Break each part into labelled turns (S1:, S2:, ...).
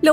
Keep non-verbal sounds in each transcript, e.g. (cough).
S1: Lo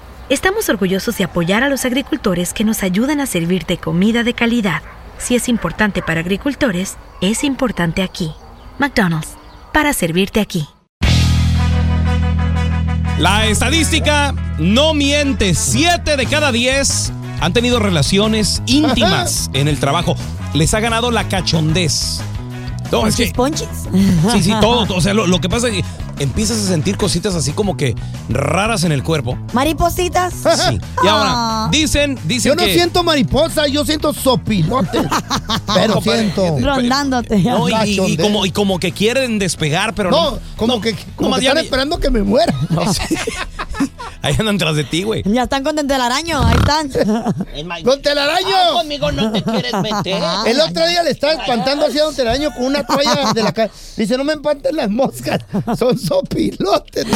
S2: estamos orgullosos de apoyar a los agricultores que nos ayudan a servirte comida de calidad. Si es importante para agricultores, es importante aquí. McDonald's, para servirte aquí.
S3: La estadística no miente. Siete de cada diez han tenido relaciones
S4: (laughs)
S3: íntimas en el trabajo. Les ha ganado la cachondez. No, es que- Sí, sí, todo. O sea, lo, lo que pasa es que empiezas a sentir cositas así como que raras en el cuerpo.
S5: Maripositas.
S3: (laughs)
S4: (laughs)
S3: Sí. Y ahora, dicen, dicen
S4: Ah. Yo no
S3: que-
S4: siento mariposa, yo siento sopilote. pero
S3: compadre,
S4: siento.
S3: eh,
S5: Rondándote.
S3: No, y- y, y
S4: Cachondez.
S3: como, y como que quieren despegar, pero no.
S4: No, como que, como
S3: nomás
S4: que
S3: ya
S4: están
S3: me-
S4: esperando que me muera.
S3: (laughs) Ahí andan tras de ti, güey.
S5: Ya están con telaraño, ahí
S3: (laughs)
S5: están.
S4: ¡Don
S6: Ah,
S4: Telaraño!
S7: Ah, conmigo no te quieres
S8: (laughs)
S7: meter.
S4: El otro día le estaba espantando así a Don Telaraño con una toalla de la cara. Dice, no me espanten las moscas, son sopilotes.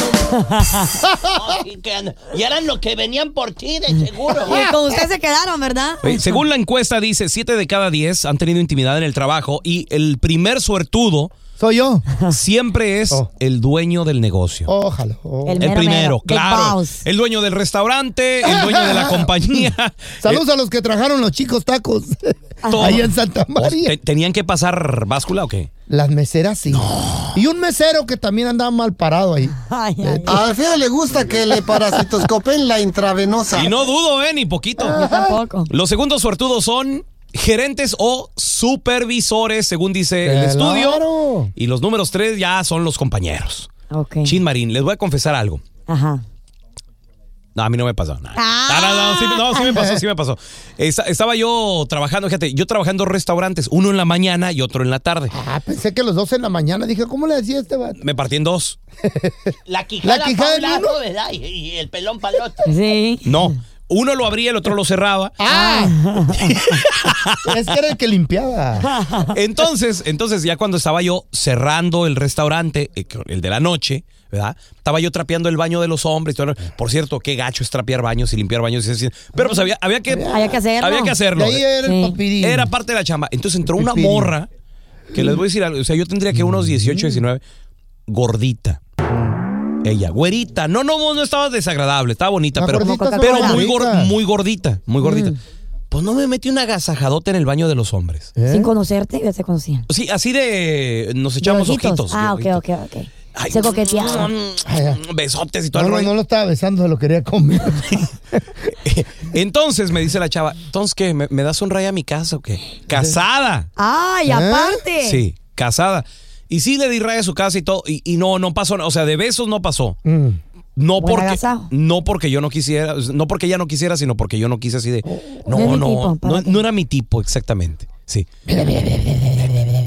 S7: Así que and- y eran los que venían por ti, de seguro.
S5: Y con ustedes se quedaron, ¿verdad?
S3: Oye, Según la encuesta dice, siete de cada diez han tenido intimidad en el trabajo y el primer suertudo
S4: Soy yo.
S3: siempre es
S4: Oh.
S3: el dueño del negocio.
S4: Ojalá. oh.
S3: El
S5: mero,
S3: primero,
S5: mero, big
S3: claro. Eh.
S5: boss.
S3: El dueño del restaurante, el dueño de
S5: (laughs)
S3: la compañía.
S4: (laughs)
S3: Eh,
S4: Saludos a los que trabajaron los chicos tacos
S3: Todo.
S4: (laughs) ahí en Santa
S3: Oh,
S4: María.
S3: ¿te- ¿Tenían que pasar báscula o qué?
S4: Las meseras sí. Y un mesero que también andaba mal parado ahí.
S5: Ay, ay,
S3: Eh.
S5: ay.
S8: A Alfredo le gusta que le parasitoscopen la intravenosa.
S3: Y no dudo, ¿eh? Ni
S4: (laughs)
S3: poquito.
S5: Tampoco.
S3: Los segundos suertudos son gerentes o supervisores, según dice el estudio.
S4: Eh, Claro.
S3: Y los números tres ya son los compañeros.
S5: Ok.
S3: Chin Marín, les voy a confesar algo.
S5: Ajá.
S3: No, a mí no me pasó nada.
S5: Ah.
S3: No, no, no, sí, no, sí me pasó, sí me pasó. Esta- estaba yo trabajando, fíjate, yo trabajando en restaurantes, uno en la mañana y otro en la tarde.
S4: Ah, pensé que los dos en la mañana. Dije, ¿cómo le decía este
S3: (laughs)
S4: vato?
S3: Me partí en dos.
S7: La quijada,
S4: La quijada
S7: pa'
S4: en
S7: un lado,
S4: uno.
S7: ¿verdad? Y, y el pelón palote.
S5: Sí.
S3: No, uno lo abría, el otro lo
S5: (laughs)
S3: cerraba.
S4: ¡Ah! es que era el que limpiaba.
S3: Entonces, entonces ya cuando estaba yo cerrando el restaurante, eh, que- el de la noche, ¿verdad? Estaba yo trapeando el baño de los hombres. todo lo- Por cierto, qué gacho es trapear baños y limpiar baños. y así. Pero pues había, había que,
S5: Había que hacerlo.
S3: Había que
S4: De
S3: hacerlo.
S4: ahí era
S5: Sí.
S4: el papirín.
S3: Era parte de la chamba. Entonces entró una
S4: Pipirín.
S3: morra, que les voy a decir algo, o sea, yo tendría que
S4: Mm.
S3: unos 18, 19, gordita.
S4: Mm.
S3: Ella, güerita. No, no, no estaba desagradable, estaba bonita,
S4: Las
S3: pero,
S4: gorditas son
S3: pero
S4: las
S3: muy, gor-
S4: gorditas.
S3: muy gordita, muy gordita.
S4: Mm.
S3: Pues no me metí una agasajadota en el baño de los hombres.
S4: ¿Eh?
S5: Sin conocerte, ya se conocían.
S3: Sí, así de nos echamos
S5: De
S3: ojitos.
S5: Ah, ok,
S3: de
S5: ok,
S3: ojitos.
S5: ok.
S3: Ay,
S5: Se coquetearon.
S4: Ay, ay.
S3: Besotes y todo
S4: No,
S3: el
S4: no,
S3: rollo.
S4: no lo estaba besando, se lo quería comer.
S3: (laughs) Entonces me dice la chava, entonces qué, ¿me, me das un rayo a mi casa o qué? Casada.
S5: Ay, aparte.
S3: ¿Eh? Sí, casada. Y sí le di raya a su casa y todo. Y, y no, no pasó. O sea, de besos no pasó.
S5: Mm.
S3: No
S5: Buen
S3: porque,
S5: agasajo.
S3: no porque yo no quisiera, no porque ella no quisiera, sino porque yo no quise así de. No,
S5: No
S3: no,
S5: es Oh, mi
S3: no,
S5: tipo, para ti.
S3: no era mi tipo, exactamente. Sí.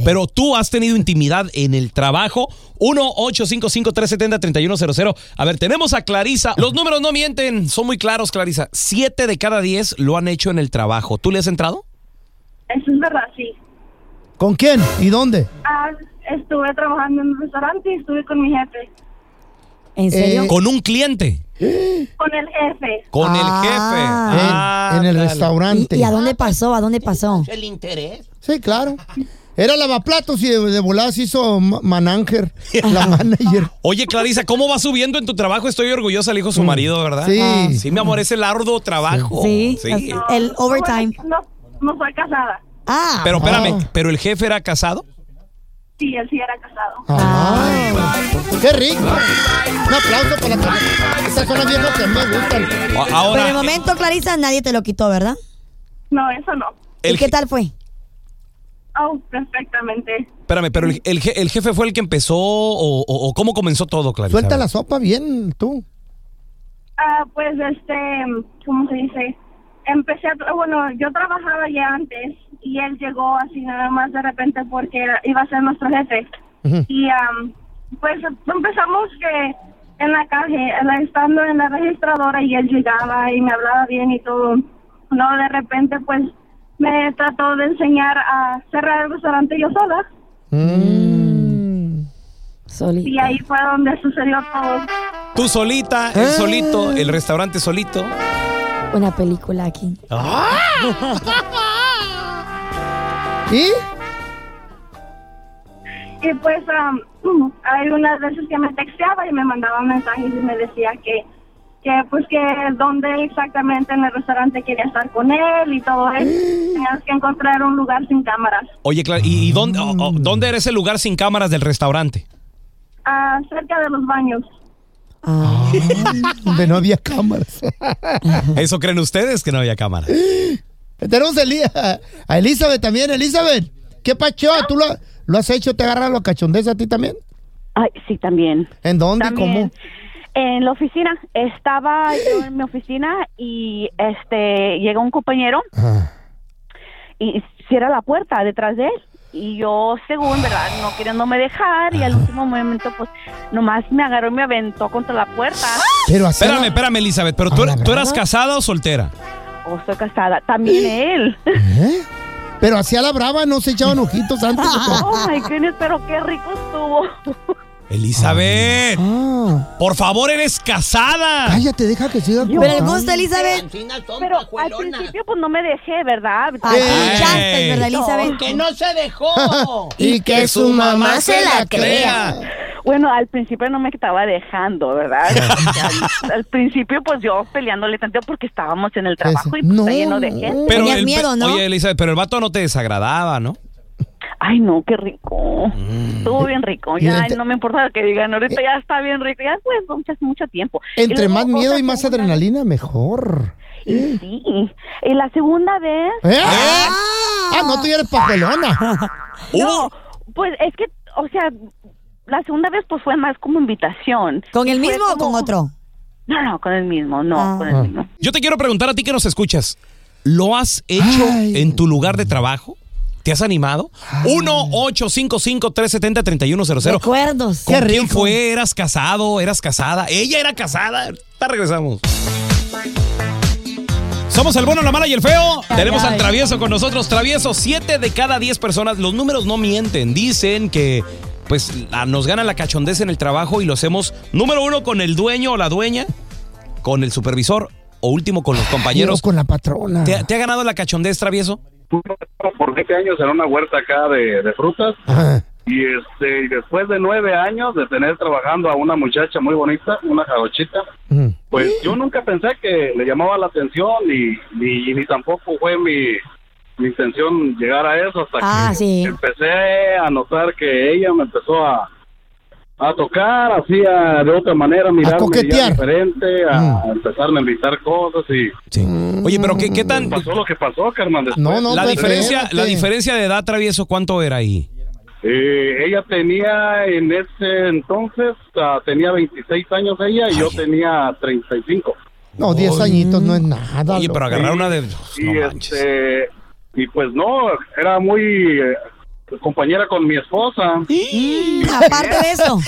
S3: Pero tú has tenido intimidad en el trabajo. 1-855-370-3100. A ver, tenemos a Clarisa. Los números no mienten, son muy claros, Clarisa. Siete de cada diez lo han hecho en el trabajo. ¿Tú le has entrado?
S9: Eso es verdad, sí.
S4: ¿Con quién? ¿Y dónde?
S9: Ah, estuve trabajando en un restaurante y estuve con mi jefe,
S5: ¿En serio?
S4: Eh,
S3: Con un cliente.
S9: con el jefe.
S3: Con el
S5: Ah.
S3: jefe.
S4: En-
S3: Ah,
S4: en el restaurante.
S5: ¿Y, y a dónde pasó? ¿A dónde pasó?
S7: El interés.
S4: Sí, claro. Era lavaplatos y de, de volada se hizo ma- manager, la manager.
S3: Oye, Clarisa, ¿cómo va subiendo en tu trabajo? Estoy orgullosa, le dijo
S5: Mm.
S3: su marido, ¿verdad? Ah.
S4: Sí.
S3: Sí, mi amor, es el arduo trabajo.
S5: Sí.
S3: Sí.
S5: El overtime.
S9: No, no soy casada.
S5: Ah.
S3: Pero espérame,
S4: Ah.
S3: ¿pero el jefe era casado?
S9: Sí, él sí era casado.
S5: Ah.
S4: Ay, Ah. ¡Qué rico! Un aplauso para la Estas son las viejas que me gustan.
S3: A-
S5: Pero
S3: Ahora,
S5: el momento, Clarisa, nadie te lo quitó, ¿verdad?
S9: No, eso no.
S3: el
S5: ¿Y qué
S3: je-
S5: tal fue?
S9: Oh, perfectamente.
S3: espérame, ¿pero el, el je- el jefe fue el que empezó o, o- o cómo comenzó todo, Clarisa?
S4: Suelta la sopa bien, tú.
S9: Ah, pues este, ¿cómo se dice? Empecé a, tra- bueno, yo trabajaba ya antes y él llegó así nada más de repente porque era- iba a ser nuestro jefe. Y am, pues empezamos que en la calle, en la- estando en la registradora y él llegaba y me hablaba bien y todo. No, de repente pues me trató de enseñar a cerrar el restaurante yo sola
S5: Solita.
S9: y ahí fue donde sucedió todo.
S3: Tú solita,
S5: Ah.
S3: él solito, el restaurante solito.
S5: Una película aquí.
S4: ¿Y?
S9: Y pues am, (clears throat) hay unas veces que me texteaba y me mandaba mensajes y me decía que, que pues que dónde exactamente en el restaurante quería estar con él y todo eso.
S10: (gasps)
S9: Tenías que encontrar un lugar sin cámaras.
S3: Oye, Cla- ¿y, y dónde, o- o- dónde era ese lugar sin cámaras del restaurante?
S5: (laughs)
S9: Ah, cerca de los baños.
S5: Ah.
S4: Donde no había cámaras.
S3: ¿Eso creen ustedes que no había cámara?
S4: Tenemos a, Eli- a Elizabeth también. Elizabeth, ¿qué pacho? ¿Tú lo, lo has hecho? ¿Te agarra lo cachondez a ti también?
S10: Ay, sí, también.
S4: ¿En dónde?
S10: También.
S4: ¿Cómo?
S10: En la oficina. Estaba yo en mi oficina y este llega un compañero
S4: Ah.
S10: y cierra la puerta detrás de él. Y yo, según, ¿verdad? No queriéndome dejar y al último momento, pues, nomás me agarró y me aventó contra la puerta.
S4: Pero hacer
S3: Espérame, espérame, Elizabeth, ¿pero
S5: Ah,
S3: tú,
S4: ¿A la
S3: er- tú eras
S4: brava?
S3: casada o soltera?
S10: Oh, estoy casada. También él.
S4: ¿Eh? Pero hacía la brava, no se echaban ojitos antes.
S10: (laughs)
S4: Ah, ¿o cómo?
S10: Oh, my goodness, pero qué rico estuvo.
S3: Elizabeth,
S4: Ah,
S3: por favor, eres casada.
S4: cállate, deja que siga.
S5: Pero el
S4: contando.
S5: gusto, Elizabeth.
S7: Encinas son
S10: Pero al
S7: pajuelonas.
S10: principio, pues, no me dejé, ¿verdad?
S5: Aquí
S3: Eh.
S5: chances, ¿verdad,
S7: Que
S5: Elizabeth?
S7: no se dejó.
S4: (laughs) Y que su mamá se la
S3: crea.
S10: Bueno, al principio no me estaba dejando, ¿verdad? al, al principio, pues yo peleándole tanto porque estábamos en el trabajo y pues,
S4: No.
S10: está lleno de gente.
S3: Pero
S5: Tenías
S3: el,
S5: miedo, ¿no?
S3: Oye, Elizabeth, pero el vato no te desagradaba, ¿no?
S10: Ay, no, qué rico. Estuvo bien rico.
S4: Mm. Y
S10: Ya
S4: entre- Eh.
S10: no me importa lo que digan, ahorita ya está bien rico. Ya pues, mucho, mucho tiempo. Y
S4: Entre
S10: luego
S4: más miedo
S10: otra
S4: y más
S10: segunda-
S4: adrenalina, mejor.
S10: Y sí. Y la segunda vez,
S4: ¿Eh? Ah, no, tú ya eres papelona. ¡Oh!
S10: no, pues es que, o sea, la segunda vez pues fue más como invitación.
S5: ¿Con el
S10: Fue
S5: mismo o con
S10: como-
S5: otro?
S10: No, no, con el mismo, no,
S5: Ah.
S10: con el mismo.
S3: Yo te quiero preguntar a ti que nos escuchas. ¿Lo has hecho
S4: Ay.
S3: en tu lugar de trabajo? ¿Te has animado? 1-855-370-3100.
S5: Recuerdos.
S3: ¿Con
S4: Qué
S3: quién
S4: rico.
S3: fue? ¿Eras casado? ¿Eras casada? Ella era casada. Ahorita regresamos. Somos el bueno, la mala y el feo. Tenemos al travieso con nosotros. Travieso, 7 de cada 10 personas. Los números no mienten. Dicen que pues la- nos gana la cachondez en el trabajo y lo hacemos número uno con el dueño o la dueña, con el supervisor o último con los compañeros.
S4: Quiero con la patrona.
S3: ¿Te, te ha ganado la cachondez, travieso?
S6: por 20 años en una huerta acá de, de frutas
S4: Ah,
S6: y este y después de nueve años de tener trabajando a una muchacha muy bonita, una jarochita,
S4: mm.
S6: pues yo nunca pensé que le llamaba la atención y ni, ni tampoco fue mi, mi intención llegar a eso hasta
S5: Ah,
S6: que
S5: sí.
S6: empecé a notar que ella me empezó a a tocar, hacía de otra manera, mirarme
S4: coquetear.
S6: ya diferente, a
S4: Mm.
S6: empezarme a invitar cosas y
S3: Sí. Oye, pero ¿qué, qué tan...?
S6: pasó lo que pasó, Carmen.
S4: No, no,
S3: La
S4: pues,
S3: diferencia, la
S4: espérate.
S3: diferencia de edad, travieso, ¿cuánto era ahí?
S6: Eh, ella tenía en ese entonces, ah, tenía 26 años ella y yo tenía 35.
S4: No, 10 añitos no es nada.
S3: Oye, pero
S4: loco.
S3: agarrar una de...
S6: y,
S3: No manches.
S6: este, y pues no, era muy eh, compañera con
S5: (laughs)
S6: mi esposa. Mi
S5: Mm, aparte de eso,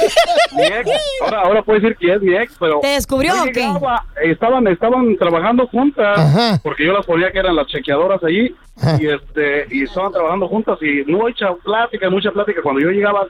S6: ex, ahora, ahora puedo decir que es mi ex, pero...
S5: ¿te descubrió
S6: yo
S5: o qué?
S6: llegaba, Estaban, estaban trabajando juntas,
S4: Ajá.
S6: porque yo las ponía que eran las chequeadoras allí,
S4: Ajá.
S6: y este, y estaban trabajando juntas, y mucha plática, mucha
S5: Ah.
S6: plática. Cuando yo llegaba,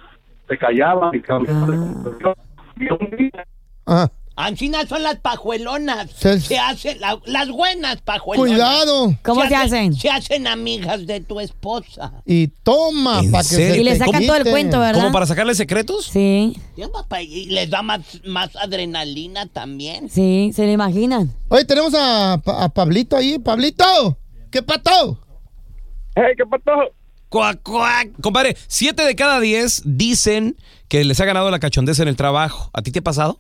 S6: se callaban y cambiaban de conversación. Y un día
S4: Ah,
S7: Ancina son las pajuelonas.
S4: Se-
S7: Se, hacen la- Ah, las buenas pajuelonas.
S4: Cuidado. ¿Cómo se hacen?
S7: Se hacen amigas de tu esposa.
S4: Y toma,
S3: ¿En
S4: para que
S3: serio?
S4: se
S3: Y le
S4: te
S3: sacan
S7: todo el
S4: quite.
S7: cuento, ¿verdad?
S3: ¿Como para sacarle secretos?
S5: Sí.
S7: Ya, papá, Y les da más, más adrenalina también.
S5: Sí, se lo imaginan.
S4: Oye, tenemos a, Pa- a Pablito ahí. Pablito, ¿qué pato?
S6: Hey, ¿qué pato?
S3: Cuac, cuac. Compadre, 7 de cada 10 dicen que les ha ganado la cachondeza en el trabajo. ¿A ti te ha pasado?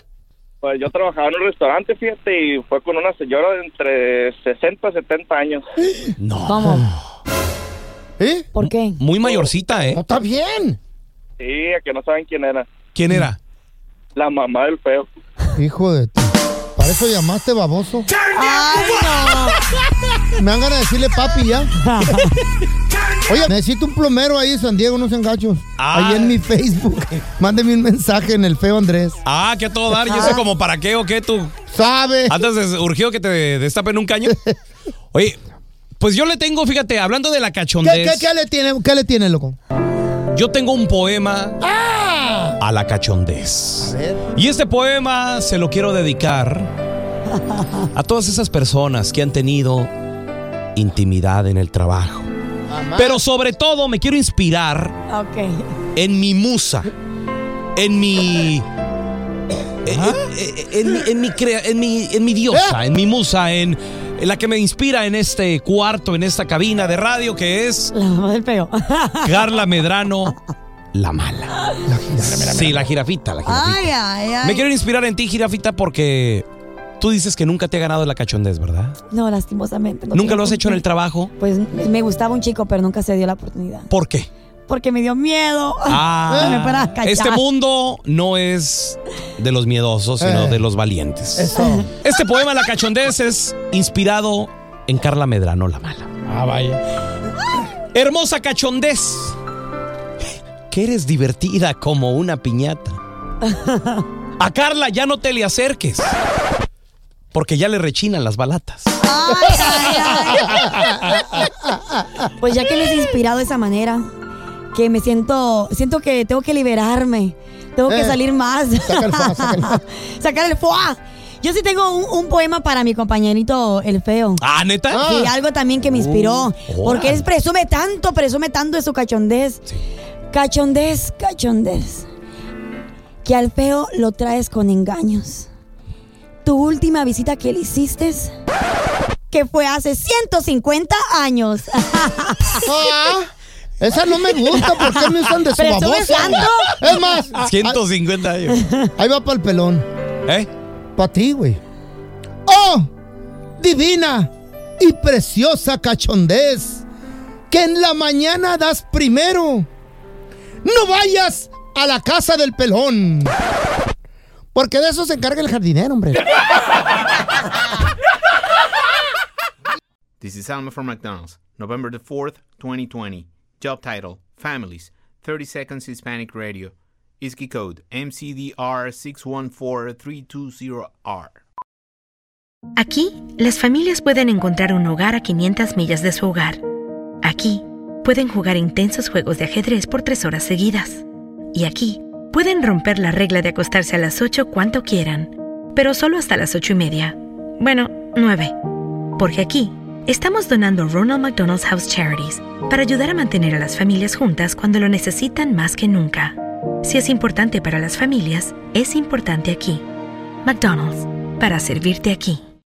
S6: Pues yo trabajaba en un restaurante, fíjate, y fue con una señora de entre 60 y 70 años.
S3: Ah.
S5: ¿Cómo?
S4: ¿Eh?
S5: ¿Por qué?
S3: Muy mayorcita, ¿eh?
S4: está bien.
S6: Sí, que no saben quién era.
S3: ¿Quién era?
S6: La mamá del feo.
S4: Hijo de ti. ¿Para eso llamaste baboso? (laughs) Me dan ganas de decirle papi
S7: (laughs)
S4: ya. Oye, necesito un plomero ahí en San Diego, unos engachos.
S3: Ah.
S4: Ahí en mi Facebook. Mándeme un mensaje en el feo Andrés.
S3: Ah, que a todo dar. ¿Y eso como para qué o qué tú?
S4: ¿Sabe?
S3: ¿Andas des- urgido que te destapen un caño? Oye, pues yo le tengo, fíjate, hablando de la
S4: ¿Qué, qué,
S3: cachondez,
S4: qué le tiene, qué le tiene, loco?
S3: yo tengo un poema a la cachondez. Y este poema se lo quiero dedicar a todas esas personas que han tenido intimidad en el trabajo. Pero sobre todo me quiero inspirar
S5: Ok.
S3: en mi musa, en mi. eh, En, en- en mi- en mi crea- en mi- en mi diosa, en mi musa, en, en la que me inspira en este cuarto, en esta cabina de radio que es
S5: La mamá del peo.
S3: Carla Medrano, la mala. Sí, la jirafita, la jirafita.
S5: Ay, ay, ay.
S3: Me quiero inspirar en ti, jirafita, porque tú dices que nunca te ha ganado la cachondez, ¿verdad?
S5: No, lastimosamente. no
S3: ¿Nunca
S5: tengo
S3: lo has
S5: con
S3: hecho en el
S5: quién.
S3: trabajo?
S5: Pues me gustaba un chico, pero nunca se dio la oportunidad.
S3: ¿Por qué?
S5: (laughs) Porque me dio miedo. Me fuera a
S3: Ah,
S5: cachar.
S3: este mundo no es de los miedosos,
S5: Eh.
S3: sino de los valientes.
S4: Eso.
S3: Este poema La Cachondez es inspirado en Carla Medrano, la mala.
S4: Ah, vaya.
S3: Hermosa cachondez, que eres divertida como una piñata. A Carla ya no te le acerques, porque ya le rechinan las balatas.
S5: Ay, ay, ay. Pues ya que les he inspirado de esa manera, que me siento, siento que tengo que liberarme, tengo que
S4: Eh,
S5: salir más.
S4: saca el fuá, saca el fuá.
S5: (laughs) Sacar el fuá. Yo sí tengo un, un poema para mi compañerito el feo.
S3: Ah, neta.
S5: Sí, algo también que me inspiró.
S3: Oh,
S5: porque él
S3: órale.
S5: presume tanto, presume tanto de su cachondez. Cachondez, cachondez. Que al feo lo traes con engaños. Tu última visita que le hiciste, que fue hace 150 años.
S4: Ah, esa no me gusta. ¿Por qué me usan de su
S5: ¿Presumes
S4: baboso?
S5: tanto?
S4: Es
S3: ah.
S4: más.
S3: 150 años.
S4: Ahí va para el pelón.
S3: ¿Eh?
S4: Para ti, güey. ¡Oh! Divina y preciosa cachondez. Que en la mañana das primero. No vayas a la casa del pelón. Porque de eso se encarga el jardinero, hombre.
S11: This is Alma from McDonald's, November the 4th, 2020. Job title Families, 30 Seconds Hispanic Radio. ISKI code MCDR614320R.
S2: Aquí, las familias pueden encontrar un hogar a 500 millas de su hogar. Aquí, pueden jugar intensos juegos de ajedrez por tres horas seguidas. Y aquí, pueden romper la regla de acostarse a las 8 cuanto quieran, pero solo hasta las 8 y media. Bueno, 9. Porque aquí, estamos donando Ronald McDonald's House Charities para ayudar a mantener a las familias juntas cuando lo necesitan más que nunca. Si es importante para las familias, es importante aquí. McDonald's, para servirte aquí.